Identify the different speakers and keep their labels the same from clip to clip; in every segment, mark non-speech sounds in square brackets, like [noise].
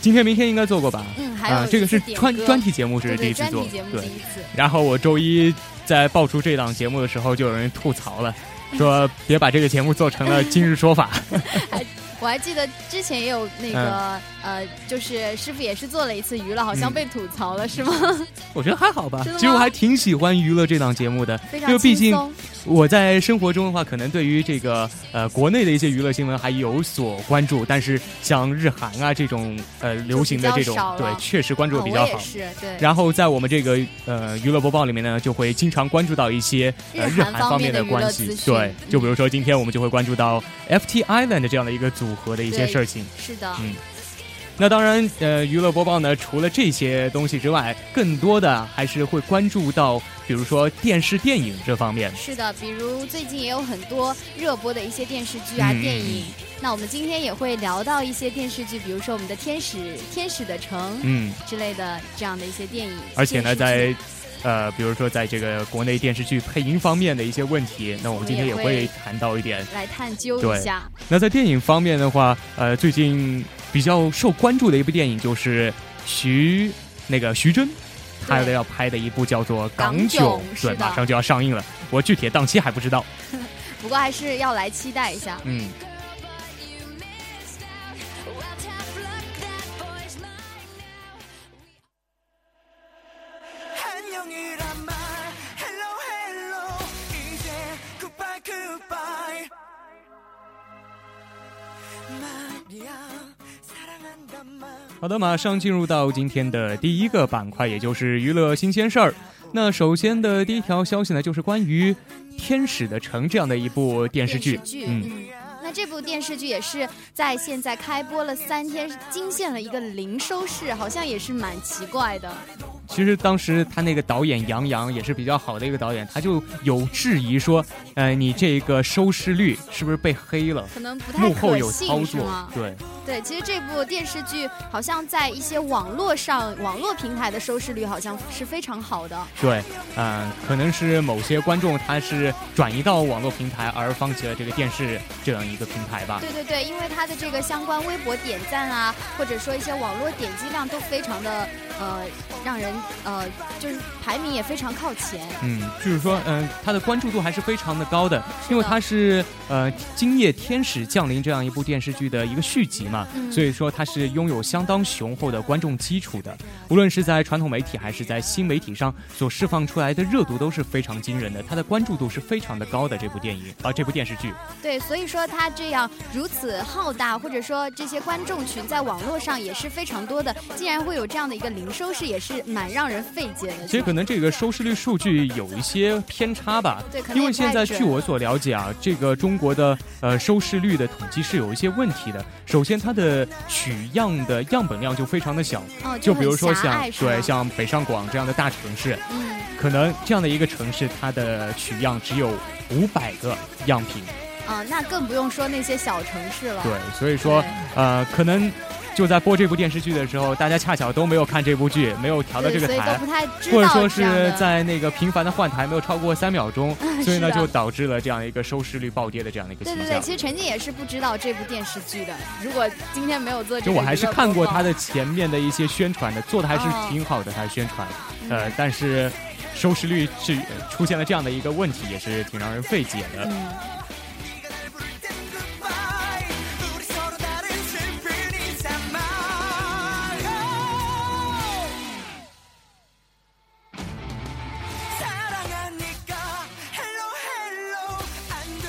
Speaker 1: 今天、明天应该做过吧？
Speaker 2: 嗯，还有、
Speaker 1: 啊，这个是专专，题节目
Speaker 2: 对
Speaker 1: 是第
Speaker 2: 对，
Speaker 1: 一次
Speaker 2: 专
Speaker 1: 做
Speaker 2: 题节，目第
Speaker 1: 对。
Speaker 2: 一次，
Speaker 1: 然后我周一在爆出这档节目的时候，就有人吐槽了，说别把这个节目做成了今日说法。
Speaker 2: 我还记得之前也有那个、呃，就是师傅也是做了一次娱乐，好像
Speaker 1: 嗯
Speaker 2: 被吐槽了，
Speaker 1: [laughs]
Speaker 2: 是吗？
Speaker 1: 我觉得还好吧
Speaker 2: 真的，吗
Speaker 1: 其实我还挺喜欢娱乐这档节目的，
Speaker 2: 非
Speaker 1: 因
Speaker 2: 常
Speaker 1: 为毕
Speaker 2: 轻
Speaker 1: 竟
Speaker 2: 松，啊
Speaker 1: 我在生活中的话，可能对于这个呃国内的一些娱乐新闻还有所关注，但是像日韩啊这种呃流行的这
Speaker 2: 就
Speaker 1: 种
Speaker 2: 比较少，了
Speaker 1: 对，确实关注的
Speaker 2: 啊
Speaker 1: 比较
Speaker 2: 我也
Speaker 1: 好。
Speaker 2: 是，对，
Speaker 1: 然后在我们这个呃娱乐播报里面呢，就会经常关注到一些呃
Speaker 2: 日
Speaker 1: 日
Speaker 2: 韩
Speaker 1: 韩
Speaker 2: 方
Speaker 1: 方面
Speaker 2: 面的
Speaker 1: 的
Speaker 2: 娱乐
Speaker 1: 关
Speaker 2: 资
Speaker 1: 系，
Speaker 2: 讯嗯
Speaker 1: 对，就比如说今天我们就会关注到 FT Island 这样的一个组合的一些
Speaker 2: 对
Speaker 1: 事儿情。
Speaker 2: 是的，
Speaker 1: 嗯那当然，呃，娱乐播报呢，除了这些东西之外，更多的还是会关注到，比如说电视、电影这方面。
Speaker 2: 是的，比如最近也有很多热播的一些电视剧啊、
Speaker 1: 嗯
Speaker 2: 电影。那我们今天也会聊到一些电视剧，比如说我们的《天使》《天使的城》
Speaker 1: 嗯，
Speaker 2: 之类的这样的一些电影。
Speaker 1: 而且呢，
Speaker 2: 电视剧
Speaker 1: 在呃，比如说在这个国内电视剧配音方面的一些问题，那我们今天也
Speaker 2: 我们也
Speaker 1: 会
Speaker 2: 会
Speaker 1: 谈到一点。
Speaker 2: 来探究
Speaker 1: 对
Speaker 2: 一下，
Speaker 1: 那在电影方面的话，呃，最近比较受关注的一部电影就是徐那个徐峥。他
Speaker 2: 对
Speaker 1: 要拍的一部叫做《
Speaker 2: 港
Speaker 1: 港囧
Speaker 2: 囧》，是
Speaker 1: 对，
Speaker 2: 的
Speaker 1: 马上就要上映了。我具体的档期还不知道。
Speaker 2: 不过还是要来期待一下。
Speaker 1: 嗯，
Speaker 3: Well, tough luck, that boy's mine.
Speaker 4: 안녕이란 말 헬로 헬로 이제 굿바이 굿바이 말이야 사랑한단 말
Speaker 1: 好的，马上进入到今天的第一个板块，也就是娱乐新鲜事儿。那首先的第一条消息呢，就是关于《天使的城》这样的一部电视剧。
Speaker 2: 电视剧
Speaker 1: 嗯，
Speaker 2: 嗯那这部电视剧也是在现在开播了三天，惊现了一个零收视，好像也是蛮奇怪的。
Speaker 1: 其实当时他那个导演杨洋也是比较好的一个导演，他就有质疑说，呃，你这个收视率是不是被黑了？
Speaker 2: 可能不太
Speaker 1: 幕后
Speaker 2: 可
Speaker 1: 有操
Speaker 2: 信，是吗
Speaker 1: 作，？对，
Speaker 2: 对，其实这部电视剧好像在一些网络上、网络平台的收视率好像是非常好的。
Speaker 1: 对，嗯、可能是某些观众他是转移到网络平台，而放弃了这个电视这样一个平台吧。
Speaker 2: 对对对，因为它的这个相关微博点赞啊，或者说一些网络点击量都非常的呃，让人呃就是排名也非常靠前。
Speaker 1: 嗯，就是说，嗯、他的关注度还是非常的高的，因为他是呃《今夜天使降临》这样一部电视剧的一个续集嘛，
Speaker 2: 嗯
Speaker 1: 所以说它是拥有相当雄厚的观众基础的，无论是在传统媒体还是在新媒体上所释放出来的热度都是非常惊人的，它的关注度是非常的高的这部电影啊、这部电视剧，
Speaker 2: 对，所以说它这样如此浩大，或者说这些观众群在网络上也是非常多的，竟然会有这样的一个零收视，也是蛮让人费解的。
Speaker 1: 其实可能这个收视率数据有一些偏差吧，
Speaker 2: 对，可能
Speaker 1: 因
Speaker 2: 也
Speaker 1: 为
Speaker 2: 不
Speaker 1: 现
Speaker 2: 太
Speaker 1: 在
Speaker 2: 准
Speaker 1: 据我所了解啊，这个中国的呃收视率的统计是有一些问题的。首先，它的取样的样本量就非常的小，
Speaker 2: 哦
Speaker 1: 就
Speaker 2: 就
Speaker 1: 比如
Speaker 2: 很
Speaker 1: 说
Speaker 2: 狭
Speaker 1: 像
Speaker 2: 隘是吧
Speaker 1: 对像北上广这样的大城市，
Speaker 2: 嗯
Speaker 1: 可能这样的一个城市，它的取样只有五百个样品。
Speaker 2: 啊、那更不用说那些小城市了。
Speaker 1: 对，所以说呃，可能就在播这部电视剧的时候，大家恰巧都没有看这部剧，没有调到
Speaker 2: 对，
Speaker 1: 这个
Speaker 2: 所以都
Speaker 1: 台
Speaker 2: 不。太知道
Speaker 1: 或者说
Speaker 2: 这样
Speaker 1: 是
Speaker 2: 的
Speaker 1: 在那个频繁的换台没有超过三秒钟，所以呢
Speaker 2: [laughs] 是的
Speaker 1: 就导致了这样一个收视率暴跌的这样的一个
Speaker 2: 对
Speaker 1: 形
Speaker 2: 对
Speaker 1: 象。
Speaker 2: 对，其实陈静也是不知道这部电视剧的。如果今天没有做这
Speaker 1: 就
Speaker 2: 个，
Speaker 1: 我还是看过他的前面的一些宣传的，做的还是
Speaker 2: 哦嗯
Speaker 1: 挺好的，他的宣传，呃，但是收视率是呃出现了这样的一个问题，也是挺让人费解的。
Speaker 2: 嗯，
Speaker 4: 네가 날 부를 땐 goodbye 우리 서로 다른 슬픈 인사말 사랑하니까 hello hello 안돼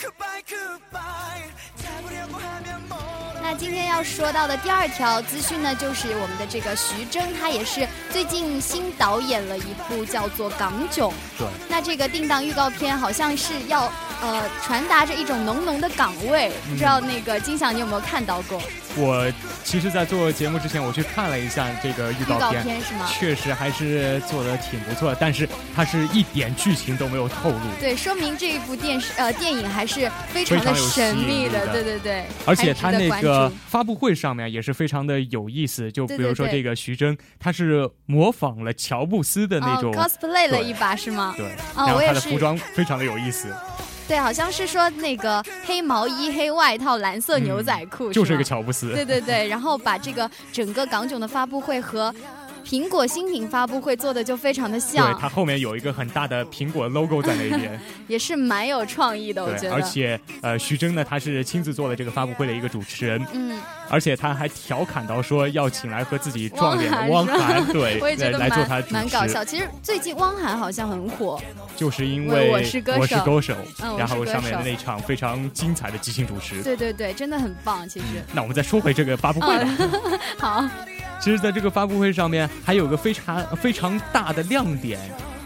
Speaker 4: goodbye goodbye 잡으려고 하면 뭐 멀어
Speaker 2: 那今天要说到的第二条资讯呢，就是我们的这个徐峥，他也是最近新导演了一部叫做《港囧》。
Speaker 1: 对，
Speaker 2: 那这个定档预告片好像是要呃传达着一种浓浓的港味，
Speaker 1: 嗯
Speaker 2: 不知道那个金响你有没有看到过
Speaker 1: 我其实，在做节目之前，我去看了一下这个预
Speaker 2: 预告
Speaker 1: 告片，
Speaker 2: 片是吗？
Speaker 1: 确实还是做的挺不错的，但是它是一点剧情都没有透露，
Speaker 2: 对，说明这一部电视呃电影还是非常
Speaker 1: 非
Speaker 2: 的
Speaker 1: 常有吸
Speaker 2: 神
Speaker 1: 引
Speaker 2: 秘
Speaker 1: 力
Speaker 2: 的，
Speaker 1: 的
Speaker 2: 对对对，
Speaker 1: 而且
Speaker 2: 还
Speaker 1: 他
Speaker 2: 值得
Speaker 1: 那
Speaker 2: 关
Speaker 1: 个
Speaker 2: 注
Speaker 1: 发布会上面也是非常的有意思，就比
Speaker 2: 对
Speaker 1: 如
Speaker 2: 对
Speaker 1: 说
Speaker 2: 对
Speaker 1: 这个徐峥，他是模仿了乔布斯的那种
Speaker 2: 哦、cosplay 了
Speaker 1: 对
Speaker 2: 一把是吗？
Speaker 1: 对，
Speaker 2: 哦
Speaker 1: 然后
Speaker 2: 我也
Speaker 1: 他的
Speaker 2: 是
Speaker 1: 服装非常的有意思，
Speaker 2: 对，好像是说那个黑毛衣、黑外套、蓝色牛仔裤，
Speaker 1: 嗯就是
Speaker 2: 是
Speaker 1: 一
Speaker 2: 吗
Speaker 1: 个乔布斯。
Speaker 2: 对对对，然后把这个整个港囧的发布会和苹果新品发布会做的就非常
Speaker 1: 对，
Speaker 2: 的像，
Speaker 1: 它后面有一个很大的苹果 logo 在那
Speaker 2: [laughs]
Speaker 1: 边，
Speaker 2: 也是蛮有创意的，我
Speaker 1: 对，
Speaker 2: 觉得。
Speaker 1: 而且呃，徐峥呢，他是亲自做了这个发布会的一个主持人，
Speaker 2: 嗯，
Speaker 1: 而且他还调侃到说要请来和自己撞脸的汪
Speaker 2: 汪涵是吧
Speaker 1: 涵，对，
Speaker 2: [laughs] 我也觉
Speaker 1: 来
Speaker 2: 得
Speaker 1: 来
Speaker 2: 蛮
Speaker 1: 做他的主
Speaker 2: 蛮
Speaker 1: 持，
Speaker 2: 搞笑。其实最近汪涵好像很火，
Speaker 1: 就是因
Speaker 2: 为
Speaker 1: 为
Speaker 2: 我是歌
Speaker 1: 我
Speaker 2: 手
Speaker 1: 歌手
Speaker 2: 嗯我
Speaker 1: 然
Speaker 2: 是
Speaker 1: 后
Speaker 2: 歌
Speaker 1: 上面的
Speaker 2: 手
Speaker 1: 那场非常精彩的即兴主持。
Speaker 2: 对对对，真的很棒。其实，
Speaker 1: 那我们再说回这个发布会吧。
Speaker 2: 嗯
Speaker 1: 嗯
Speaker 2: 好，
Speaker 1: 其实，在这个发布会上面还有个非常非常大的亮点，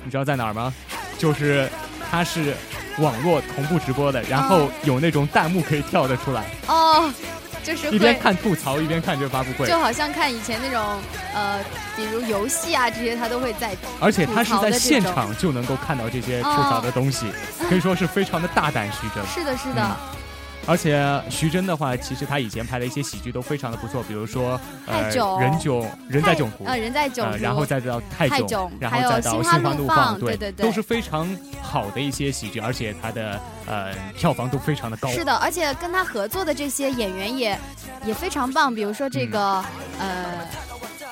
Speaker 1: 你知道在哪儿吗？就是它是网络同步直播的，然后有那种弹幕可以跳得出来，
Speaker 2: 哦，就是
Speaker 1: 一边
Speaker 2: 会。
Speaker 1: 看吐槽一边看这个发布会
Speaker 2: 就，好像看以前那种，呃，比如游戏啊这些，他都会在
Speaker 1: 而且它是
Speaker 2: 吐槽
Speaker 1: 在
Speaker 2: 的这
Speaker 1: 现
Speaker 2: 种哦
Speaker 1: 场就能够看到这些吐槽的东西，可以说是非常的大胆徐峥。
Speaker 2: 是的，是的，
Speaker 1: 嗯而且徐峥的话，其实他以前拍的一些喜剧都非常的不错，比如说呃
Speaker 2: 泰囧
Speaker 1: 人囧人在囧途
Speaker 2: 呃，人在囧
Speaker 1: 呃，
Speaker 2: 途，
Speaker 1: 然后再到泰
Speaker 2: 泰
Speaker 1: 囧
Speaker 2: 囧，
Speaker 1: 然
Speaker 2: 还
Speaker 1: 后再
Speaker 2: 有
Speaker 1: 到
Speaker 2: 心
Speaker 1: 心
Speaker 2: 花
Speaker 1: 花
Speaker 2: 怒
Speaker 1: 怒
Speaker 2: 放
Speaker 1: 放，
Speaker 2: 对对对
Speaker 1: 都是非常好的一些喜剧，而且它的呃票房都非常的高。
Speaker 2: 是的，而且跟他合作的这些演员也也非常棒，比如说这个、呃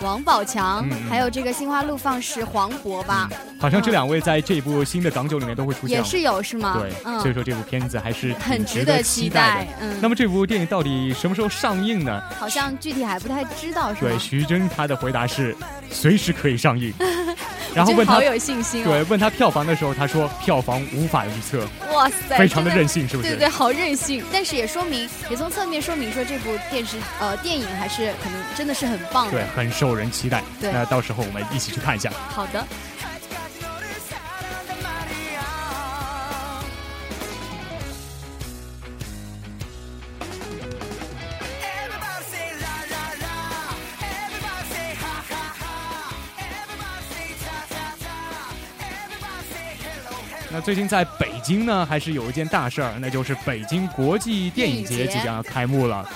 Speaker 2: 王宝强，
Speaker 1: 嗯嗯
Speaker 2: 还有这个心花怒放是黄渤吧，
Speaker 1: 嗯好像这两位在这部新的港囧里面都会出现
Speaker 2: 也。是有是吗？
Speaker 1: 对，所以
Speaker 2: 嗯，
Speaker 1: 说这部片子还是挺
Speaker 2: 很值
Speaker 1: 得
Speaker 2: 得期
Speaker 1: 待
Speaker 2: 待
Speaker 1: 的。。
Speaker 2: 嗯，
Speaker 1: 那么这部电影到底什么时候上映呢？
Speaker 2: 好像具体还不太知道是
Speaker 1: 对，
Speaker 2: 吗？
Speaker 1: 徐峥他的回答是随时可以上
Speaker 2: [laughs]
Speaker 1: 映，然后
Speaker 2: 这
Speaker 1: 问他
Speaker 2: 好有信心哦！
Speaker 1: 对问他票房的时候，他说票房无法预测，
Speaker 2: 哇塞，
Speaker 1: 非常的
Speaker 2: 真
Speaker 1: 任性，是不
Speaker 2: 对
Speaker 1: 是？
Speaker 2: 对对，好任性，但是也说明，也从侧面说明说这部电视呃电影还是可能真的是很棒的。
Speaker 1: 对，很受人期待。
Speaker 2: 对
Speaker 1: 那到时候我们一起去看一下。
Speaker 2: 好的，
Speaker 4: 아직까지 너를 사랑한단 말이야 Everybody say la la la Everybody say ha ha ha Everybody say cha cha cha Everybody say hello hello
Speaker 1: 那最近在北京呢，还是有一件大事儿，那就是北京国际电影节
Speaker 2: 电影
Speaker 1: 即
Speaker 2: 节
Speaker 1: 将要开幕了。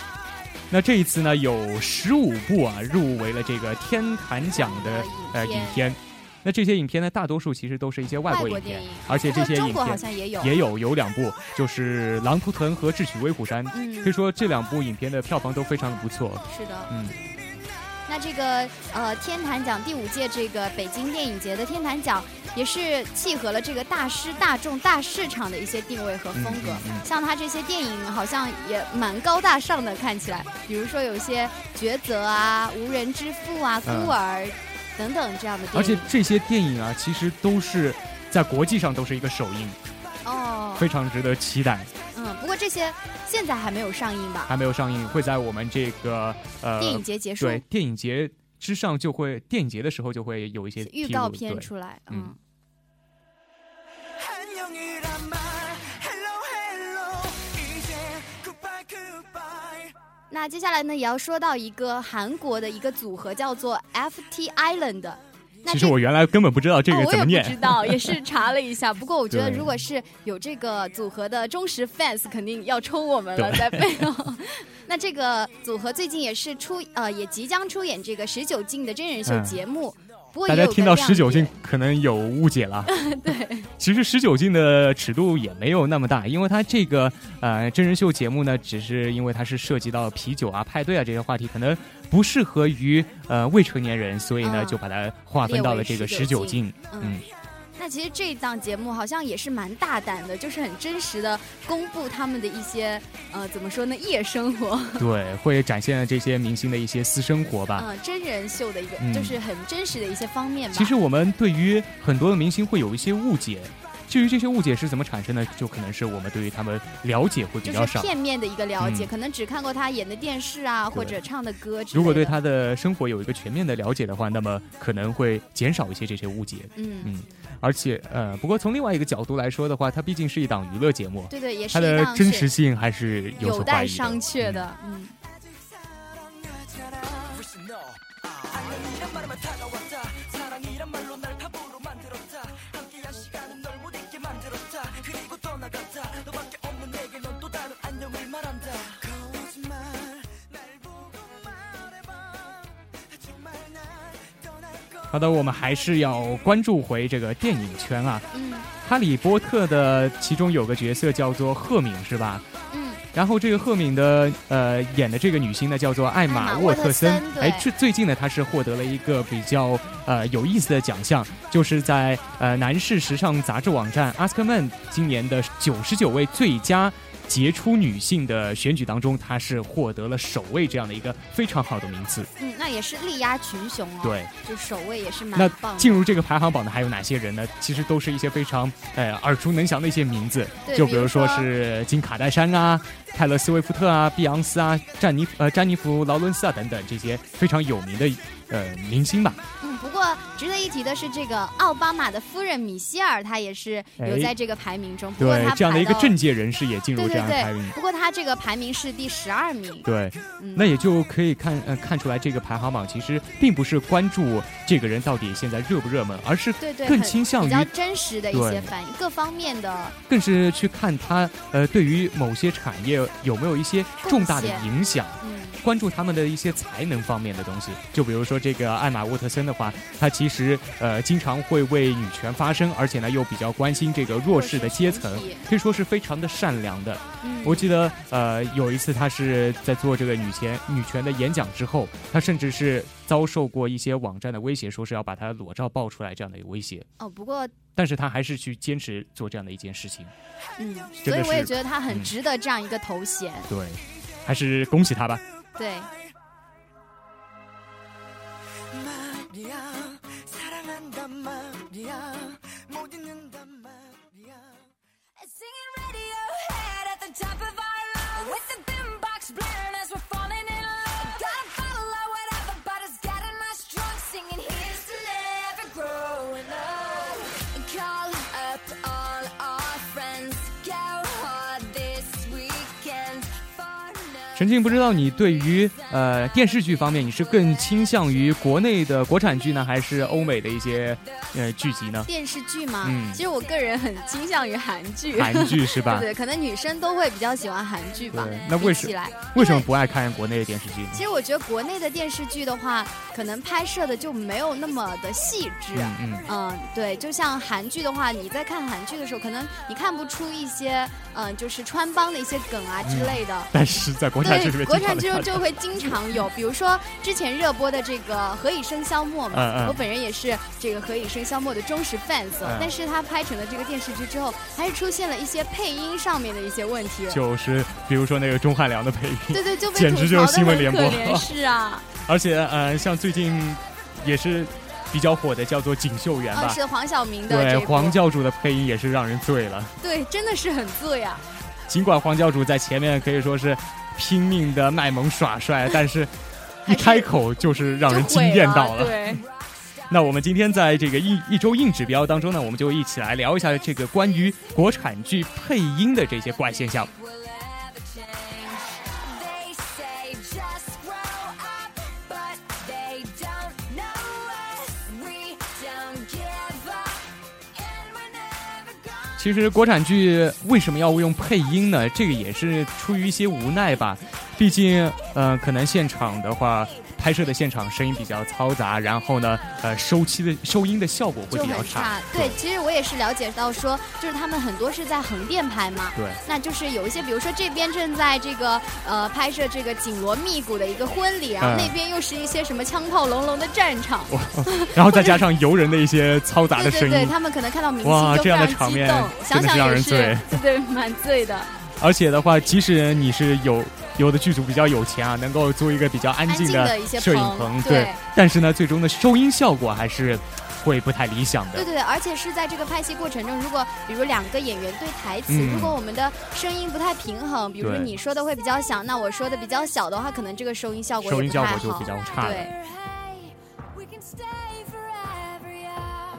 Speaker 1: 那这一次呢，有十五部啊入围了这个天坛奖的呃
Speaker 2: 呃
Speaker 1: 影
Speaker 2: 影
Speaker 1: 片。那这些影片呢，大多数其实都是一些外
Speaker 2: 外
Speaker 1: 国
Speaker 2: 国
Speaker 1: 影
Speaker 2: 电
Speaker 1: 片
Speaker 2: 影，，
Speaker 1: 而且这些
Speaker 2: 中
Speaker 1: 影
Speaker 2: 国好
Speaker 1: 片
Speaker 2: 像也有，
Speaker 1: 也有有两部，就是《狼图腾》和《智取威虎山》。
Speaker 2: 嗯
Speaker 1: 可以，说这两部影片的票房都非常的不错。
Speaker 2: 是的。
Speaker 1: 嗯，
Speaker 2: 那这个呃天坛奖第五届这个北京电影节的天坛奖，也是契合了这个大师、大众、大市场的一些定位和风格。
Speaker 1: 嗯嗯嗯
Speaker 2: 像他这些电影好像也蛮高大上的，看起来，比如说有一些抉择啊、无人之父啊、孤
Speaker 1: 嗯
Speaker 2: 儿、等等这样的
Speaker 1: 而
Speaker 2: 电
Speaker 1: 且
Speaker 2: 影。
Speaker 1: 这些电影啊，其实都是在国际上都是一个首映，
Speaker 2: 哦，
Speaker 1: 非常值得期待。
Speaker 2: 嗯，不过这些现在还没有上映吧？
Speaker 1: 还没有上映，会在我们这个呃
Speaker 2: 电影节结束，
Speaker 1: 对电影节之上就会电影节的时候就会有一些披
Speaker 2: 预
Speaker 1: 露
Speaker 2: 告片
Speaker 1: 对
Speaker 2: 出来，
Speaker 1: 嗯
Speaker 2: 嗯
Speaker 4: 안녕이란 말 헬로 헬로 이제 굿바이 굿바이
Speaker 2: 那接下来呢，也要说到一个韩国的一个组合，叫做 FT Island。那
Speaker 1: 其
Speaker 2: 这
Speaker 1: 实我原来根本不知道这
Speaker 2: 哦
Speaker 1: 个
Speaker 2: 我
Speaker 1: 怎
Speaker 2: 也
Speaker 1: 么
Speaker 2: 不
Speaker 1: 念。
Speaker 2: 知道，也是查了一
Speaker 1: [laughs]
Speaker 2: 下。不过我觉得，
Speaker 1: 对
Speaker 2: 如果是有这个组合的忠实 fans，肯定要抽我们了，
Speaker 1: 对
Speaker 2: 在背后。那这个组合最近也是出呃，也即将出演这个十九禁的真人秀
Speaker 1: 嗯
Speaker 2: 节目。不过
Speaker 1: 大
Speaker 2: 也
Speaker 1: 家
Speaker 2: 有个
Speaker 1: 听到
Speaker 2: 亮
Speaker 1: 十九禁
Speaker 2: 点，
Speaker 1: 可能有误解
Speaker 2: [laughs]
Speaker 1: 了。对，其实十九禁的尺度也没有那么大，因为它这个呃真人秀节目呢，只是因为它是涉及到啤酒啊、派对啊这些话题，可能不适合于呃未成年人，所以呢、
Speaker 2: 嗯
Speaker 1: 就把它划分到了这个
Speaker 2: 列
Speaker 1: 十
Speaker 2: 为19
Speaker 1: 九
Speaker 2: 禁
Speaker 1: 禁。
Speaker 2: 嗯
Speaker 1: 嗯。
Speaker 2: 那其实这档节目好像也是蛮大胆的，就是很真实的公布他们的一些呃，怎么说呢，夜生活，
Speaker 1: 对，会展现这些明星的一些私生活吧。
Speaker 2: 嗯、真人秀的一个，
Speaker 1: 啊嗯
Speaker 2: 就是很真实的一些方面吧。
Speaker 1: 其实我们对于很多的明星会有一些误解，至于这些误解是怎么产生的，就可能是我们对于他们了解会比
Speaker 2: 就
Speaker 1: 较
Speaker 2: 是
Speaker 1: 少。
Speaker 2: 片面的一个了解，
Speaker 1: 嗯
Speaker 2: 可能只看过他演的电视啊，或者唱的歌之类的。嗯
Speaker 1: 如果对他的生活有一个全面的了解的话，那么可能会减少一些这些误解。
Speaker 2: 嗯，
Speaker 1: 嗯，而且呃，不过从另外一个角度来说的话，它毕竟是一档娱乐节目，
Speaker 2: 对对，也是
Speaker 1: 它
Speaker 2: 一
Speaker 1: 的
Speaker 2: 档
Speaker 1: 真
Speaker 2: 是
Speaker 1: 实性还是有
Speaker 2: 有
Speaker 1: 所怀
Speaker 2: 待
Speaker 1: 疑
Speaker 2: 商
Speaker 1: 的。嗯
Speaker 2: 榷的。嗯，
Speaker 4: 안녕이란 말에만 다가왔다 사랑이란 말로 날 바보로 만들었다 함께한 시간은 널 못 잊게 만들었다 그리고 떠나갔다 너밖에 없는 내게 넌 또 다른 안녕을 말한다 거짓말 날 보고 말해봐 정말 날 떠날 거
Speaker 1: 好的，我们还是要关注回这个电影圈啊。
Speaker 2: 嗯
Speaker 1: 哈利波特的其中有个角色叫做赫敏，是吧？
Speaker 2: 嗯，
Speaker 1: 然后这个赫敏的呃演的这个女星呢叫做艾
Speaker 2: 艾
Speaker 1: 玛
Speaker 2: 玛
Speaker 1: 沃
Speaker 2: 沃特
Speaker 1: 特
Speaker 2: 森
Speaker 1: 森，
Speaker 2: 对
Speaker 1: 哎，最最近呢她是获得了一个比较呃有意思的奖项，就是在呃男士时尚杂志网站 Askman 今年的九十九位最佳。杰出女性的选举当中，她是获得了首位这样的一个非常好的名次。
Speaker 2: 嗯，那也是力压群雄哦。，
Speaker 1: 对，
Speaker 2: 就首位也是蛮
Speaker 1: 那
Speaker 2: 棒的。
Speaker 1: 进入这个排行榜的还有哪些人呢？其实都是一些非常呃耳熟能详的一些名字，
Speaker 2: 对
Speaker 1: 就
Speaker 2: 比
Speaker 1: 比
Speaker 2: 如
Speaker 1: 如说
Speaker 2: 说
Speaker 1: 是金卡戴珊啊、泰勒·斯威夫特啊、碧昂斯啊、詹妮呃詹妮弗·劳伦斯啊等等这些非常有名的呃明星吧。
Speaker 2: 嗯，不过值得一提的是，这个奥巴马的夫人米歇尔，她也是有
Speaker 1: 哎
Speaker 2: 在这个排名中。不过
Speaker 1: 对
Speaker 2: 她，
Speaker 1: 这样的一个
Speaker 2: 排到
Speaker 1: 政界人士也进入这
Speaker 2: 对对
Speaker 1: 样的排名
Speaker 2: 对，。不过她这个排名是第十二名。
Speaker 1: 对，
Speaker 2: 嗯
Speaker 1: 那也就可以看呃看出来，这个排行榜其实并不是关注这个人到底现在热不热门，而是
Speaker 2: 对对，
Speaker 1: 更
Speaker 2: 很
Speaker 1: 倾向
Speaker 2: 比较
Speaker 1: 于
Speaker 2: 真实的一
Speaker 1: 对
Speaker 2: 些反应，各方面的
Speaker 1: 更是去看他呃对于某些产业有没有一些重大的
Speaker 2: 贡献
Speaker 1: 影响。
Speaker 2: 嗯。
Speaker 1: 关注他们的一些才能方面的东西。就比如说这个艾玛沃特森的话，她其实呃经常会为女权发声，而且呢又比较关心这个弱势的阶层
Speaker 2: 弱势群体，
Speaker 1: 可以说是非常的善良的。
Speaker 2: 嗯
Speaker 1: 我记得呃有一次她是在做这个女权女权的演讲之后，她甚至是遭受过一些网站的威胁，说是要把她的裸照爆出来这样的一个威胁。
Speaker 2: 哦，不过
Speaker 1: 但是她还是去坚持做这样的一件事情。
Speaker 2: 嗯，
Speaker 1: 真
Speaker 2: 所
Speaker 1: 的
Speaker 2: 以我也
Speaker 1: 是
Speaker 2: 觉得她很
Speaker 1: 嗯
Speaker 2: 值得这样一个头衔。
Speaker 1: 对，还是恭喜她吧。
Speaker 2: 对，
Speaker 4: 말이야 사랑한단 말이야 못 잊는단 말이야
Speaker 3: Singing Radiohead at the top of our lungs with the boombox blaring as we're falling in love. Gotta follow whatever, but it's getting us drunk. Singing here's to live and growing up. Call up all our friends, go hard this weekend. For no
Speaker 1: 陈静，不知道你对于呃电视剧方面，你是更倾向于国内的国产剧呢，还是欧美的一些呃剧集呢？
Speaker 2: 电视剧嘛，
Speaker 1: 嗯
Speaker 2: 其实我个人很倾向于韩剧，
Speaker 1: 韩剧是吧？
Speaker 2: [laughs] 对，可能女生都会比较喜欢韩剧吧
Speaker 1: 对。那为什
Speaker 2: 比起来，
Speaker 1: 为什么不爱看国内的电视剧呢？
Speaker 2: 其实我觉得国内的电视剧的话，可能拍摄的就没有那么的细致。
Speaker 1: 嗯嗯，
Speaker 2: 嗯，对，就像韩剧的话，你在看韩剧的时候，可能你看不出一些，嗯，就是穿帮的一些梗啊
Speaker 1: 嗯
Speaker 2: 之类的。
Speaker 1: 但是在国产剧里
Speaker 2: 对，
Speaker 1: 面
Speaker 2: 国
Speaker 1: 经
Speaker 2: 产
Speaker 1: 常
Speaker 2: 剧
Speaker 1: 能看到
Speaker 2: 就会经常有，比如说之前热播的这个《何以笙箫默》嘛，
Speaker 1: 嗯嗯
Speaker 2: 我本人也是这个《何以笙箫默》的忠实 fans，、
Speaker 1: 嗯
Speaker 2: 但是他拍成了这个电视剧之后，还是出现了一些配音上面的一些问题。
Speaker 1: 就是比如说那个钟汉良的配音，
Speaker 2: [laughs] 对对，就被
Speaker 1: 简
Speaker 2: 吐
Speaker 1: 直
Speaker 2: 槽
Speaker 1: 就是
Speaker 2: 得
Speaker 1: 新闻
Speaker 2: 很
Speaker 1: 联播
Speaker 2: 可怜是
Speaker 1: [laughs]
Speaker 2: 啊，
Speaker 1: 而且呃，像最近也是比较火的叫做《锦绣缘》
Speaker 2: 啊
Speaker 1: 吧，
Speaker 2: 是黄晓明的
Speaker 1: 对
Speaker 2: 这，
Speaker 1: 黄
Speaker 2: 部
Speaker 1: 教主的配音也是让人醉了。
Speaker 2: 对，真的是很醉啊。
Speaker 1: 尽管黄教主在前面可以说是拼命的卖萌耍帅，但是一开口就是让
Speaker 2: 就
Speaker 1: 人惊
Speaker 2: 毁
Speaker 1: 艳到了。
Speaker 2: 哎对，
Speaker 1: 那我们今天在这个一一周硬指标当中呢，我们就一起来聊一下这个关于国产剧配音的这些怪现象。
Speaker 3: will ever change. They say just grow up, but they don't know us. We
Speaker 1: 其实国产剧为什么要用配音呢？这个也是出于一些无奈吧，毕竟，呃，可能现场的话，拍摄的现场声音比较嘈杂，然后呢，呃，收期的收音的效果会
Speaker 2: 就
Speaker 1: 比较
Speaker 2: 很
Speaker 1: 差
Speaker 2: 差。。对，其实我也是了解到说，就是他们很多是在横店拍嘛，
Speaker 1: 对，
Speaker 2: 那就是有一些，比如说这边正在这个呃拍摄这个紧锣密鼓的一个婚礼，然后
Speaker 1: 嗯
Speaker 2: 那边又是一些什么枪炮隆隆的战场。
Speaker 1: [laughs] 然后再加上游人的一些嘈杂
Speaker 2: 对
Speaker 1: 的
Speaker 2: 对
Speaker 1: 声
Speaker 2: 对，
Speaker 1: 音，
Speaker 2: 他们可能看到明
Speaker 1: 哇
Speaker 2: 星就
Speaker 1: 这
Speaker 2: 非
Speaker 1: 样的
Speaker 2: 常
Speaker 1: 场
Speaker 2: 激
Speaker 1: 面
Speaker 2: 动，
Speaker 1: 真的
Speaker 2: 想
Speaker 1: 是
Speaker 2: 想
Speaker 1: 让人
Speaker 2: 也
Speaker 1: 醉
Speaker 2: 是，对 [laughs] 对，蛮醉的。
Speaker 1: 而且的话，即使你是有有的剧组比较有钱啊，能够租一个比较安静
Speaker 2: 安静的一些
Speaker 1: 摄影
Speaker 2: 棚
Speaker 1: 棚，
Speaker 2: 对
Speaker 1: 但是呢，最终的收音效果还是会不太理想的。
Speaker 2: 对对对，而且是在这个拍戏过程中，如果比如两个演员对台词，
Speaker 1: 嗯
Speaker 2: 如果我们的声音不太平衡，比如说
Speaker 1: 对
Speaker 2: 你说的会比较响，那我说的比较小的话，可能这个收音效果
Speaker 1: 收
Speaker 2: 也
Speaker 1: 音
Speaker 2: 不
Speaker 1: 效
Speaker 2: 太
Speaker 1: 果
Speaker 2: 好。
Speaker 1: 就比较差了。
Speaker 2: 对
Speaker 3: Hey, we can stay forever, yeah.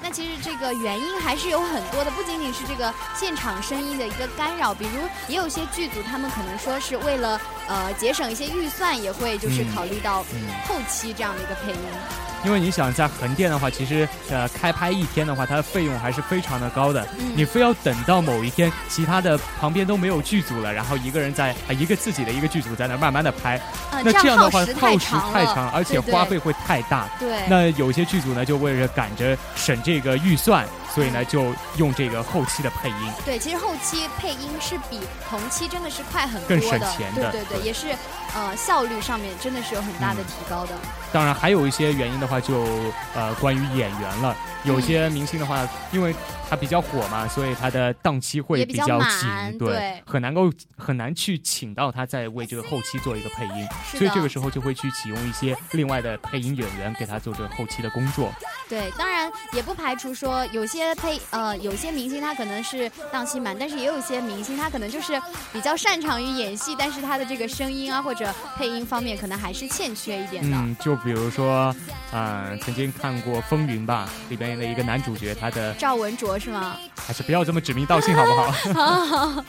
Speaker 2: 那其实这个原因还是有很多的，不仅仅是这个现场声音的一个干扰，比如也有些剧组他们可能说是为了呃节省一些预算，也会就是
Speaker 1: 嗯
Speaker 2: 考虑到
Speaker 1: 嗯
Speaker 2: 后期这样的一个配音。
Speaker 1: 因为你想在横店的话，其实呃开拍一天的话，它的费用还是非常的高的。
Speaker 2: 嗯
Speaker 1: 你非要等到某一天，其他的旁边都没有剧组了，然后一个人在啊、一个自己的一个剧组在那儿慢慢的拍，
Speaker 2: 呃，
Speaker 1: 那这样的
Speaker 2: 耗
Speaker 1: 话
Speaker 2: 时
Speaker 1: 耗
Speaker 2: 太
Speaker 1: 时
Speaker 2: 长
Speaker 1: 太
Speaker 2: 了
Speaker 1: 长，而且
Speaker 2: 对对
Speaker 1: 花费会太大。
Speaker 2: 对。
Speaker 1: 那有些剧组呢，就为了赶着省这个预算，所以呢就用这个后期的配音。
Speaker 2: 对，其实后期配音是比同期真的是快很多
Speaker 1: 更
Speaker 2: 的，
Speaker 1: 省钱的
Speaker 2: 对对
Speaker 1: 对
Speaker 2: 对，也是呃效率上面真的是有很大的
Speaker 1: 嗯
Speaker 2: 提高的。
Speaker 1: 当然还有一些原因的话就，呃关于演员了，有些明星的话，因为他比较火嘛，所以他的档期会
Speaker 2: 也
Speaker 1: 比
Speaker 2: 比较
Speaker 1: 较
Speaker 2: 满
Speaker 1: 紧，
Speaker 2: 对
Speaker 1: 很难够很难去请到他在为这个后期做一个配音，
Speaker 2: 哎是
Speaker 1: 所以
Speaker 2: 的
Speaker 1: 这个时候就会去启用一些另外的配音演员给他做这个后期的工作。
Speaker 2: 对，当然也不排除说有些配呃有些明星他可能是档期满，但是也有些明星他可能就是比较擅长于演戏，但是他的这个声音啊或者配音方面可能还是欠缺一点的。
Speaker 1: 嗯，就比如说，嗯、曾经看过《风云》吧，里边的一个男主角，他的
Speaker 2: 赵文卓是吗？
Speaker 1: 还是不要这么指名道姓好不好？
Speaker 2: [laughs]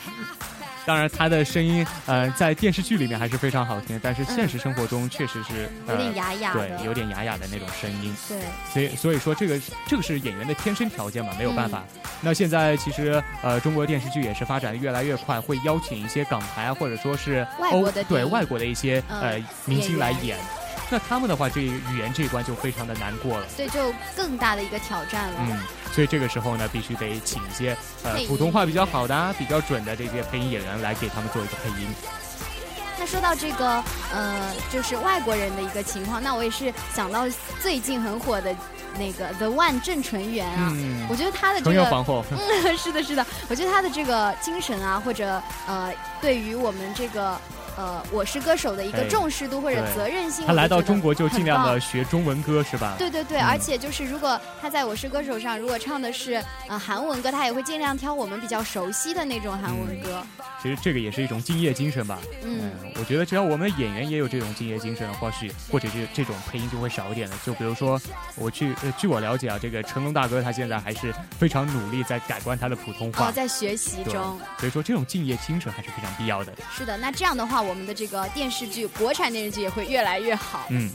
Speaker 1: 当然，他的声音，呃，在电视剧里面还是非常好听，但是现实生活中确实是、
Speaker 2: 有点
Speaker 1: 呃
Speaker 2: 哑哑的。
Speaker 1: 对，有点哑哑的那种声音。
Speaker 2: 对
Speaker 1: 所以，所以说这个这个是演员的天生条件嘛，没有办法。
Speaker 2: 嗯
Speaker 1: 那现在其实，呃，中国电视剧也是发展的越来越快，会邀请一些港台啊或者说是
Speaker 2: 外
Speaker 1: 欧
Speaker 2: 国的
Speaker 1: 对
Speaker 2: 电影
Speaker 1: 外国的一些、
Speaker 2: 嗯
Speaker 1: 呃明星
Speaker 2: 演员
Speaker 1: 来演。那他们的话，这语言这一关就非常的难过了。
Speaker 2: 对，就更大的一个挑战了。
Speaker 1: 嗯，所以这个时候呢，必须得请一些呃
Speaker 2: 配音
Speaker 1: 普通话比较好的、啊、比较准的这些配音演员来给他们做一个配音。
Speaker 2: 那说到这个，呃，就是外国人的一个情况，那我也是想到最近很火的那个 The One 郑淳元啊，
Speaker 1: 嗯
Speaker 2: 我，觉得他的这
Speaker 1: 很有
Speaker 2: 个，
Speaker 1: 防火。
Speaker 2: 嗯， [laughs] 是的，是的，我觉得他的这个精神啊，或者呃，对于我们这个呃《我是歌手》的一个
Speaker 1: 哎
Speaker 2: 重视度或者
Speaker 1: 对
Speaker 2: 责任
Speaker 1: [laughs]
Speaker 2: 心，
Speaker 1: 他来到
Speaker 2: 我觉得
Speaker 1: 中国就
Speaker 2: 很
Speaker 1: 尽量
Speaker 2: 棒
Speaker 1: 的学中文歌是吧？
Speaker 2: 对对对，
Speaker 1: 嗯
Speaker 2: 而且就是如果他在我是歌手上，如果唱的是呃韩文歌，他也会尽量挑我们比较熟悉的那种韩
Speaker 1: 嗯
Speaker 2: 文歌。
Speaker 1: 其实这个也是一种敬业精神吧。
Speaker 2: 嗯，
Speaker 1: 我觉得只要我们演员也有这种敬业精神，或许或者是这种配音就会少一点了。就比如说，我据呃据我了解啊，这个成龙大哥他现在还是非常努力在改观他的普通话。
Speaker 2: 哦，在学习
Speaker 1: 对
Speaker 2: 中。
Speaker 1: 所以说这种敬业精神还是非常必要的。
Speaker 2: 是的，那这样的话，我们的这个电视剧，国产电视剧也会越来越好。
Speaker 1: 嗯，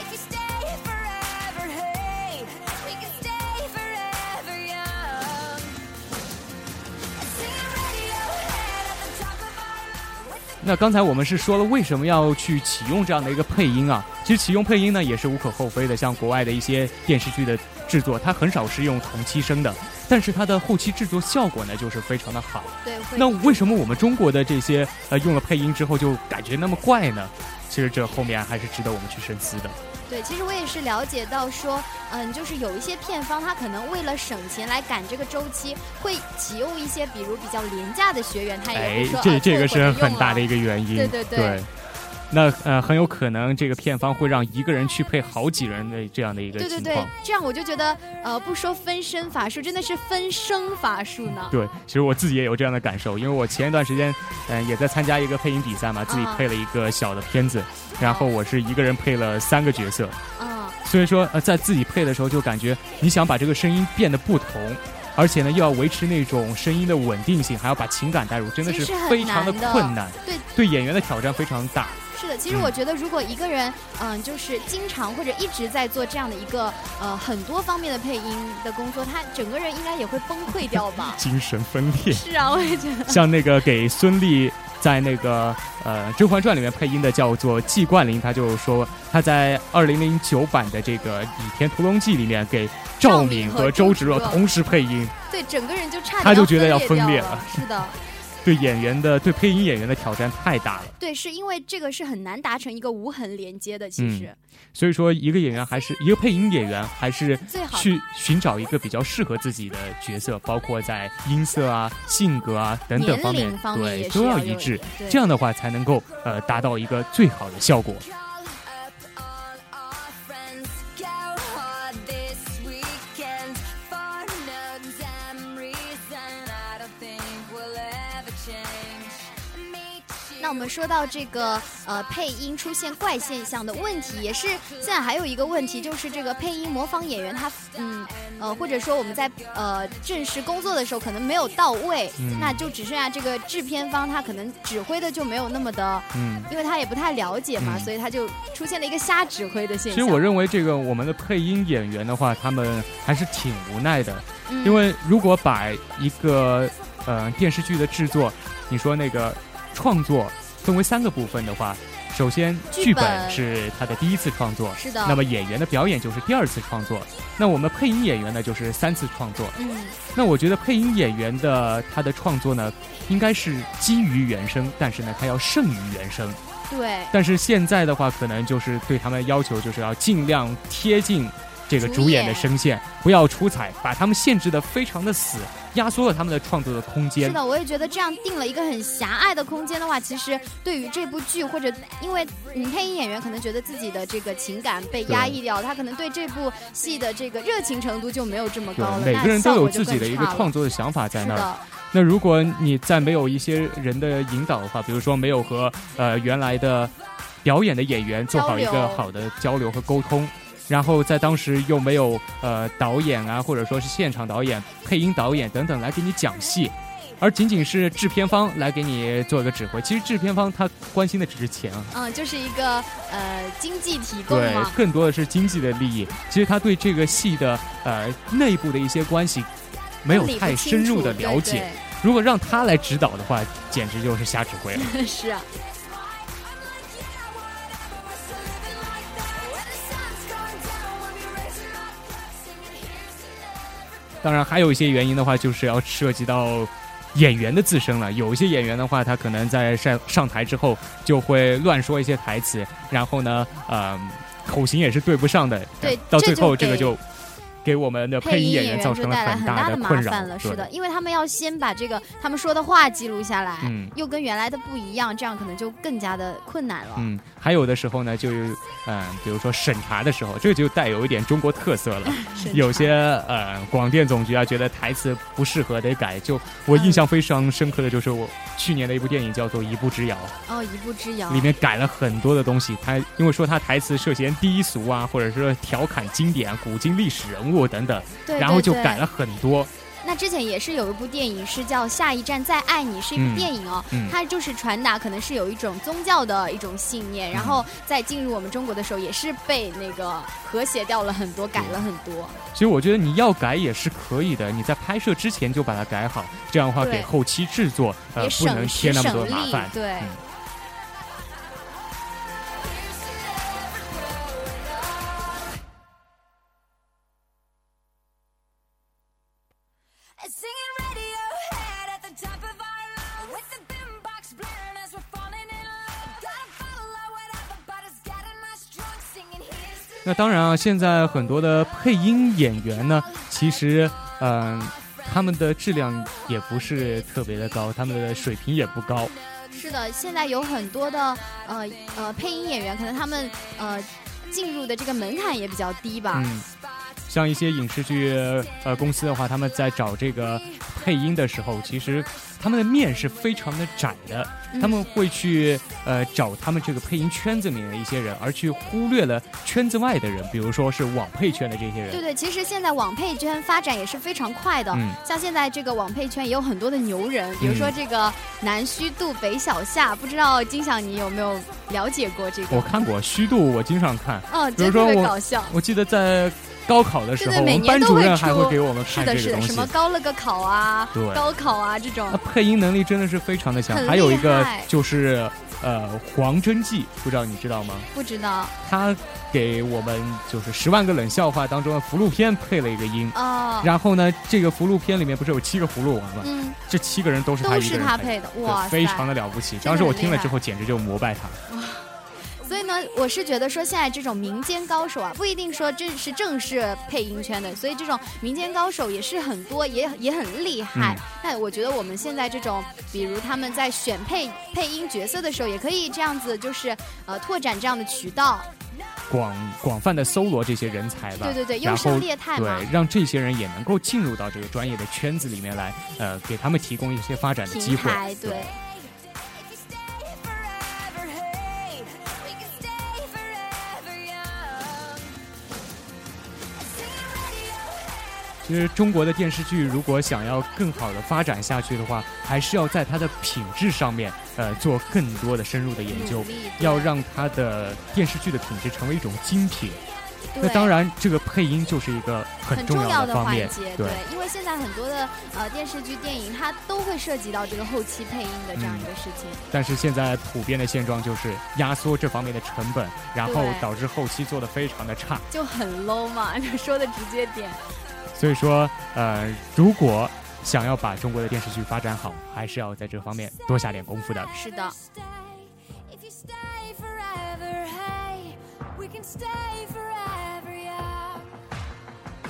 Speaker 3: If you stay forever, hey, we can stay forever young. Singing Radiohead at the top of our lungs. With the
Speaker 1: 那刚才我们是说了为什么要去启用这样的一个配音啊？其实启用配音呢也是无可厚非的，像国外的一些电视剧的制作，它很少是用同期声的，但是它的后期制作效果呢就是非常的好。
Speaker 2: 对，会
Speaker 1: 那为什么我们中国的这些呃用了配音之后就感觉那么怪呢？其实这后面还是值得我们去深思的。
Speaker 2: 对，其实我也是了解到说，嗯，就是有一些片方，他可能为了省钱来赶这个周期，会启用一些比如比较廉价的学员，他也
Speaker 1: 哎
Speaker 2: 会说，
Speaker 1: 这
Speaker 2: 啊
Speaker 1: 这个是很大的。一
Speaker 2: 凑合着用了
Speaker 1: 个原因。
Speaker 2: 对对对
Speaker 1: 那呃，很有可能这个片方会让一个人去配好几人的这样的一个
Speaker 2: 对
Speaker 1: 情
Speaker 2: 对
Speaker 1: 况。
Speaker 2: 对，这样我就觉得，呃，不说分身乏术，真的是分身乏术呢。
Speaker 1: [laughs] 对，其实我自己也有这样的感受，因为我前一段时间，嗯、也在参加一个配音比赛嘛，自己
Speaker 2: 啊
Speaker 1: 配了一个小的片子，然后我是一个人配了三个角色，
Speaker 2: 嗯，
Speaker 1: 所以说呃，在自己配的时候就感觉你想把这个声音变得不同，而且呢又要维持那种声音的稳定性，还要把情感带入，真的
Speaker 2: 其
Speaker 1: 是
Speaker 2: 实是很
Speaker 1: 非常的
Speaker 2: 难的
Speaker 1: 困难，
Speaker 2: 对
Speaker 1: 对演员的挑战非常大。？
Speaker 2: 是的，其实我觉得，如果一个人，嗯、就是经常或者一直在做这样的一个呃很多方面的配音的工作，他整个人应该也会崩溃掉吧
Speaker 1: 精神分裂。
Speaker 2: [laughs] 是啊，我也觉得。
Speaker 1: 像那个给孙俪在那个呃《甄嬛传》里面配音的叫做季冠霖，他就说他在二零零九版的这个《倚天屠龙记》里面给赵敏和周芷若同时配音，
Speaker 2: 对，整个人就差点
Speaker 1: 他就觉得要分
Speaker 2: 分
Speaker 1: 裂
Speaker 2: 裂
Speaker 1: 了
Speaker 2: 了。是的，
Speaker 1: 对演员的对配音演员的挑战太大了。
Speaker 2: 对，是因为这个是很难达成一个无痕连接的，其
Speaker 1: 嗯
Speaker 2: 实、
Speaker 1: 所以说，一个演员还是一个配音演员，还是
Speaker 2: 最好
Speaker 1: 去寻找一个比较适合自己的角色，包括在音色啊、性格啊等等方
Speaker 2: 年
Speaker 1: 面
Speaker 2: 龄，方面
Speaker 1: 对
Speaker 2: 也是
Speaker 1: 都
Speaker 2: 要
Speaker 1: 一
Speaker 2: 有
Speaker 1: 致
Speaker 2: 点。对
Speaker 1: 这样的话才能够呃达到一个最好的效果。
Speaker 3: Call up all our friends. Go hard this weekend for no damn reason. I don't think we'll ever change. Meet you
Speaker 2: 那我们说到这个呃配音出现怪现象的问题，也是现在还有一个问题，就是这个配音模仿演员他嗯呃或者说我们在呃正式工作的时候可能没有到位，
Speaker 1: 嗯
Speaker 2: 那就只剩下这个制片方他可能指挥的就没有那么的，
Speaker 1: 嗯，
Speaker 2: 因为他也不太了解嘛，
Speaker 1: 嗯
Speaker 2: 所以他就出现了一个瞎指挥的现
Speaker 1: 其
Speaker 2: 象。
Speaker 1: 实我认为这个我们的配音演员的话，他们还是挺无奈的，
Speaker 2: 嗯
Speaker 1: 因为如果把一个呃电视剧的制作，你说那个创作分为三个部分的话，首先
Speaker 2: 剧
Speaker 1: 剧本
Speaker 2: 本
Speaker 1: 是他的第一次创作，
Speaker 2: 是的
Speaker 1: 那么演员的表演就是第二次创作，那我们配音演员呢就是三次创作。
Speaker 2: 嗯
Speaker 1: 那我觉得配音演员的他的创作呢，应该是基于原声，但是呢他要胜于原声。
Speaker 2: 对。
Speaker 1: 但是现在的话，可能就是对他们要求就是要尽量贴近这个主演的声线，不要出彩，把他们限制的非常的死，压缩了他们的创作的空
Speaker 2: 是
Speaker 1: 间。
Speaker 2: 的，我也觉得这样定了一个很狭隘的空间的话，其实对于这部剧或者因为嗯配音演员可能觉得自己的这个情感被压抑掉，他可能对这部戏的这个热情程度就没有这么
Speaker 1: 对
Speaker 2: 高了。，
Speaker 1: 每
Speaker 2: 哦那
Speaker 1: 个人都
Speaker 2: 效
Speaker 1: 有
Speaker 2: 果就
Speaker 1: 自己的
Speaker 2: 更
Speaker 1: 一个啊
Speaker 2: 差了
Speaker 1: 创作的想法在
Speaker 2: 是
Speaker 1: 那儿。
Speaker 2: 的，
Speaker 1: 那如果你在没有一些人的引导的话，比如说没有和呃原来的表演的演员做好一
Speaker 2: 交
Speaker 1: 个
Speaker 2: 流
Speaker 1: 好的交流和沟通，然后在当时又没有呃导演啊，或者说是现场导演、配音导演等等来给你讲戏，而仅仅是制片方来给你做一个指挥。其实制片方他关心的只是钱啊，
Speaker 2: 嗯，就是一个呃经济提供
Speaker 1: 对
Speaker 2: 嘛，，
Speaker 1: 更多的是经济的利益。其实他对这个戏的呃内部的一些关系没有
Speaker 2: 理不
Speaker 1: 太
Speaker 2: 清
Speaker 1: 深入
Speaker 2: 楚
Speaker 1: 的
Speaker 2: 对
Speaker 1: 了解。如果让他来指导的话，简直就是瞎指
Speaker 2: [laughs]
Speaker 1: 挥了。
Speaker 2: 对 [laughs] 是啊。
Speaker 3: when the sun's going down, we'll be raising our glass, singing here's to love.
Speaker 1: 当然，还有一些原因的话，就是要涉及到演员的自身了。有一些演员的话，他可能在上上台之后就会乱说一些台词，然后呢，呃，口型也是对不上的。
Speaker 2: 对
Speaker 1: 到最后
Speaker 2: 这
Speaker 1: 这
Speaker 2: 就
Speaker 1: 个就
Speaker 2: 给
Speaker 1: 给我们的呃配音演
Speaker 2: 员
Speaker 1: 员造
Speaker 2: 就
Speaker 1: 成了
Speaker 2: 带来很
Speaker 1: 大
Speaker 2: 的
Speaker 1: 困
Speaker 2: 麻
Speaker 1: 扰。
Speaker 2: 烦了，是
Speaker 1: 对
Speaker 2: 的，，因为他们要先把这个他们说的话记录下来，
Speaker 1: 嗯
Speaker 2: 又跟原来的不一样，这样可能就更加的困难了。
Speaker 1: 嗯，还有的时候呢，就有，嗯、比如说审查的时候，这个就带有一点中国特色
Speaker 2: [laughs]
Speaker 1: 了。
Speaker 2: 审
Speaker 1: 有
Speaker 2: 查
Speaker 1: 些呃，广电总局啊，觉得台词不适合得改。就我印象非常深刻的就是我去年的一部电影叫做《一步之遥》，
Speaker 2: 哦，一步之遥
Speaker 1: 里面改了很多的东西。它因为说它台词涉嫌低俗啊，或者是调侃经典、古今历史人物等等，
Speaker 2: 对
Speaker 1: 然后
Speaker 2: 对
Speaker 1: 就
Speaker 2: 对
Speaker 1: 改了很多。
Speaker 2: 那之前也是有一部电影是叫《下一站再爱你》，是一
Speaker 1: 嗯
Speaker 2: 部电影哦，
Speaker 1: 嗯
Speaker 2: 它就是传达可能是有一种宗教的一种信
Speaker 1: 嗯
Speaker 2: 念，然后在进入我们中国的时候也是被那个和谐掉了很多，改了很多。
Speaker 1: 其实我觉得你要改也是可以的，你在拍摄之前就把它改好，这样的话
Speaker 2: 对
Speaker 1: 给后期制作呃
Speaker 2: 也
Speaker 1: 不能
Speaker 2: 省
Speaker 1: 添
Speaker 2: 时
Speaker 1: 那么多
Speaker 2: 省
Speaker 1: 麻
Speaker 2: 力
Speaker 1: 烦，。
Speaker 2: 对，
Speaker 1: 嗯
Speaker 3: Singing Radiohead at the top of our lungs with the boombox blaring as we're falling in love. Gotta follow whatever body's got in my strong singing here's to
Speaker 1: 那当然啊，现在很多的配音演员呢，其实嗯、他们的质量也不是特别的高，他们的水平也不高。
Speaker 2: 是的，现在有很多的呃呃配音演员，可能他们呃进入的这个门槛也比
Speaker 1: 嗯
Speaker 2: 较低吧。
Speaker 1: 嗯，像一些影视剧呃公司的话，他们在找这个配音的时候，其实他们的面是非常的窄的，
Speaker 2: 嗯
Speaker 1: 他们会去呃找他们这个配音圈子里面的一些人，而去忽略了圈子外的人，比如说是网配圈的这些人。
Speaker 2: 对对，其实现在网配圈发展也是非常快的，
Speaker 1: 嗯
Speaker 2: 像现在这个网配圈也有很多的牛人，比如说
Speaker 1: 嗯
Speaker 2: 这个南虚度北小夏，不知道金响你有没有了解过这
Speaker 1: 我
Speaker 2: 个？
Speaker 1: 看过虚度，我经常看。
Speaker 2: 嗯，
Speaker 1: 比
Speaker 2: 真
Speaker 1: 如
Speaker 2: 的
Speaker 1: 说
Speaker 2: 特别
Speaker 1: 我
Speaker 2: 搞笑。
Speaker 1: 我记得在高考的时候，
Speaker 2: 对对每
Speaker 1: 我们班
Speaker 2: 年都
Speaker 1: 主
Speaker 2: 会
Speaker 1: 任还
Speaker 2: 出
Speaker 1: 会给我们
Speaker 2: 是
Speaker 1: 看
Speaker 2: 的，是
Speaker 1: 这个
Speaker 2: 的，
Speaker 1: 东
Speaker 2: 什
Speaker 1: 西
Speaker 2: 么。高了个考啊
Speaker 1: 对，
Speaker 2: 高考啊这种
Speaker 1: 那，配音能力真的是非常的强，
Speaker 2: 很
Speaker 1: 还有一个
Speaker 2: 厉害
Speaker 1: 就是呃黄真纪，不知道你知道吗？
Speaker 2: 不知道
Speaker 1: 他给我们就是《十万个冷笑话》当中的福禄片配了一个音。
Speaker 2: 哦，
Speaker 1: 然后呢，这个福禄片里面不是有七个葫芦娃吗？
Speaker 2: 嗯，
Speaker 1: 这七个人都是他
Speaker 2: 都
Speaker 1: 一个
Speaker 2: 是
Speaker 1: 人
Speaker 2: 他
Speaker 1: 配
Speaker 2: 配的，哇
Speaker 1: 对非
Speaker 2: 塞！
Speaker 1: 常的了不起。
Speaker 2: 的
Speaker 1: 当时我
Speaker 2: 很厉
Speaker 1: 听了之
Speaker 2: 害
Speaker 1: 后，简直就膜拜他。
Speaker 2: 所以呢，我是觉得说现在这种民间高手啊，不一定说这是正式配音圈的，所以这种民间高手也是很多，也也很厉
Speaker 1: 嗯。
Speaker 2: 害那、我觉得我们现在这种，比如他们在选配配音角色的时候，也可以这样子，就是呃拓展这样的渠道。
Speaker 1: 广广泛的搜罗这些人才吧，
Speaker 2: 对对对，优
Speaker 1: 然后
Speaker 2: 胜劣汰嘛，
Speaker 1: 对，让这些人也能够进入到这个专业的圈子里面来，呃，给他们提供一些发展的机
Speaker 2: 平
Speaker 1: 会。
Speaker 2: 台对。
Speaker 3: If you stay forever, hey, we can stay forever young. I see a Radiohead.
Speaker 1: 其实中国的电视剧如果想要更好的发展下去的话，还是要在它的品质上面，呃，做更多的深入的研究
Speaker 2: 努力，对
Speaker 1: 要让它的电视剧的品质成为一种精品。
Speaker 2: 对
Speaker 1: 那当然，这个配音就是一个
Speaker 2: 很
Speaker 1: 很
Speaker 2: 重要
Speaker 1: 的
Speaker 2: 的
Speaker 1: 方
Speaker 2: 环
Speaker 1: 面
Speaker 2: 节，，
Speaker 1: 对。
Speaker 2: 因为现在很多的呃电视剧、电影，它都会涉及到这个后期配音的这样一个事情。
Speaker 1: 但是现在普遍的现状就是压缩这方面的成本，然后
Speaker 2: 对
Speaker 1: 导致后期做的非常的差。
Speaker 2: 就很 low 嘛， [laughs] 说的直接点。
Speaker 1: 所以说，呃，如果想要把中国的电视剧发展好，还是要在这方面多下点功夫的。
Speaker 2: 是的，
Speaker 3: If you stay forever, hey, we can stay forever young.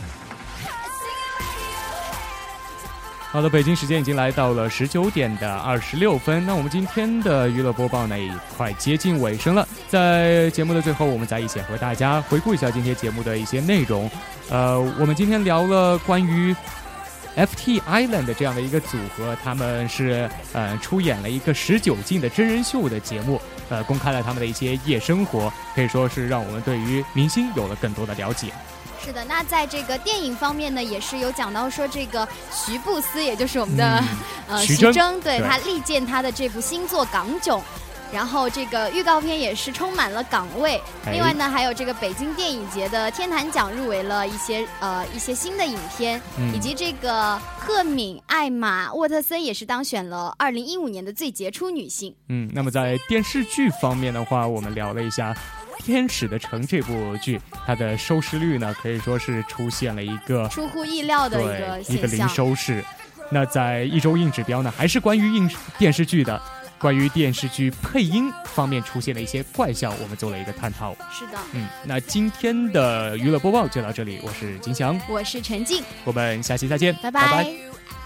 Speaker 3: I see a Radiohead at the top of my
Speaker 1: 好的，北京时间已经来到了十九点的二十六分，那我们今天的娱乐播报呢也快接近尾声了。在节目的最后，我们再一起和大家回顾一下今天节目的一些内容。呃，我们今天聊了关于 FT Island 这样的一个组合，他们是呃出演了一个十九禁的真人秀的节目，呃，公开了他们的一些夜生活，可以说是让我们对于明星有了更多的了解。
Speaker 2: 是的。那在这个电影方面呢，也是有讲到说这个徐布斯，也就是我们
Speaker 1: 嗯
Speaker 2: 的、呃
Speaker 1: 徐
Speaker 2: 徐
Speaker 1: 峥
Speaker 2: 峥，对
Speaker 1: 对
Speaker 2: 他力荐他的这部新作《港囧》。然后这个预告片也是充满了港味，
Speaker 1: 哎
Speaker 2: 另外呢，还有这个北京电影节的天坛奖入围了一些呃一些新的影片，
Speaker 1: 嗯
Speaker 2: 以及这个赫敏、艾玛、沃特森也是当选了2015年的最杰出女性。
Speaker 1: 嗯，那么在电视剧方面的话，我们聊了一下《天使的城》这部剧，它的收视率呢可以说是出现了一个
Speaker 2: 出乎意料的一个
Speaker 1: 对一个零
Speaker 2: 现象。
Speaker 1: 收视。那在一周硬指标呢，还是关于硬电视剧的，关于电视剧配音方面出现的一些怪象，我们做了一个探讨。
Speaker 2: 是的，
Speaker 1: 嗯，那今天的娱乐播报就到这里，我是金翔，
Speaker 2: 我是陈静，
Speaker 1: 我们下期再见，
Speaker 2: 拜
Speaker 1: 拜拜
Speaker 2: 拜。
Speaker 3: I